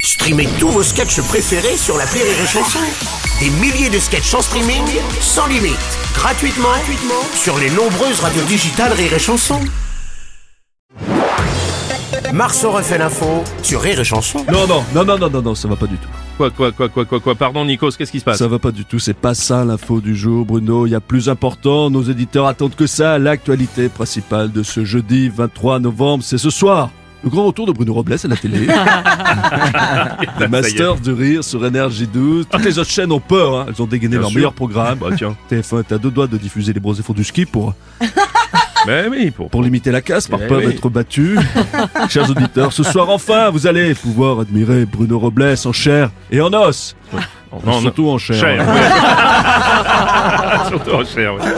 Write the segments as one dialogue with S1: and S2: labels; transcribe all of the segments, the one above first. S1: Streamez tous vos sketchs préférés sur la Rire et Chanson. Des milliers de sketchs en streaming, sans limite, gratuitement, gratuitement sur les nombreuses radios digitales Rire et Chanson. Marceau refait l'info sur Rire et Chanson.
S2: Non, non, non, non, non, non, non, ça va pas du tout.
S3: Quoi, quoi, quoi, quoi, quoi, quoi Pardon, Nikos, qu'est-ce qui se passe
S2: Ça va pas du tout, c'est pas ça l'info du jour, Bruno. Il y a plus important, nos éditeurs attendent que ça. L'actualité principale de ce jeudi 23 novembre, c'est ce soir. Le grand retour de Bruno Robles à la télé.
S3: Ça y
S2: Les
S3: Ah, est.
S2: Masters du Rire sur NRJ12. Toutes les autres chaînes ont peur, hein. elles ont dégainé
S3: Bien
S2: leur
S3: sûr.
S2: meilleur programme.
S3: Bah tiens.
S2: TF1 est à deux doigts de diffuser les bronzés efforts du ski pour,
S3: Mais oui, pour...
S2: pour limiter la casse, par
S3: Eh
S2: peur
S3: oui.
S2: d'être battu. Chers auditeurs, ce soir enfin, vous allez pouvoir admirer Bruno Robles en chair et en os.
S3: Non, non.
S2: Surtout en chair. hein.
S3: Cher, oui. Surtout en cher, oui.
S2: Ah.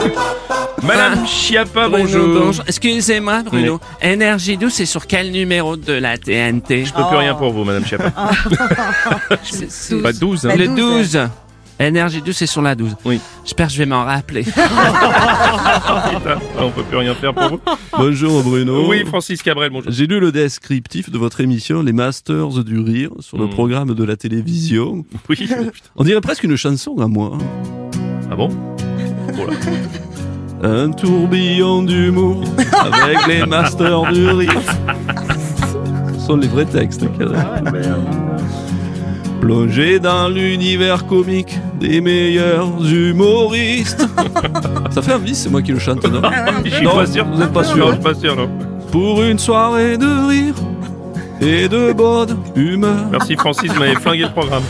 S3: Madame Chiappa,
S4: Bruno
S3: Ah, bonjour.
S4: Donge- Excusez-moi, Bruno. Énergie douce, c'est sur quel numéro de la TNT
S3: Je peux
S2: Oh.
S3: plus rien pour vous, Madame
S2: Ah,
S3: Chiappa.
S4: C'est- c'est-
S3: Pas 12, hein
S4: Le 12. Énergie douce, c'est sur la 12.
S3: Oui.
S4: J'espère que je vais m'en rappeler.
S3: putain. Ah, On peut plus rien faire pour vous.
S2: Bonjour Bruno.
S3: Oui, Francis Cabrel, bonjour.
S2: J'ai lu le descriptif de votre émission Les Masters du Rire sur le
S3: Mm.
S2: programme de la télévision.
S3: Oui, putain.
S2: On dirait presque une chanson à moi. hein.
S3: Ah bon Oh là.
S2: Un tourbillon d'humour avec les Masters du Rire. Ce sont les vrais textes.
S3: Ah
S2: carrément. Plongé dans l'univers comique des meilleurs humoristes. Ça fait un vice, c'est moi qui le chante, non
S3: Je suis
S2: Ah, Non,
S3: pas sûr. Ah,
S2: vous êtes pas sûr.
S3: Non, je suis pas sûr, non.
S2: Pour une soirée de rire et de bonne humeur.
S3: Merci, Francis, vous m'avez flingué le programme.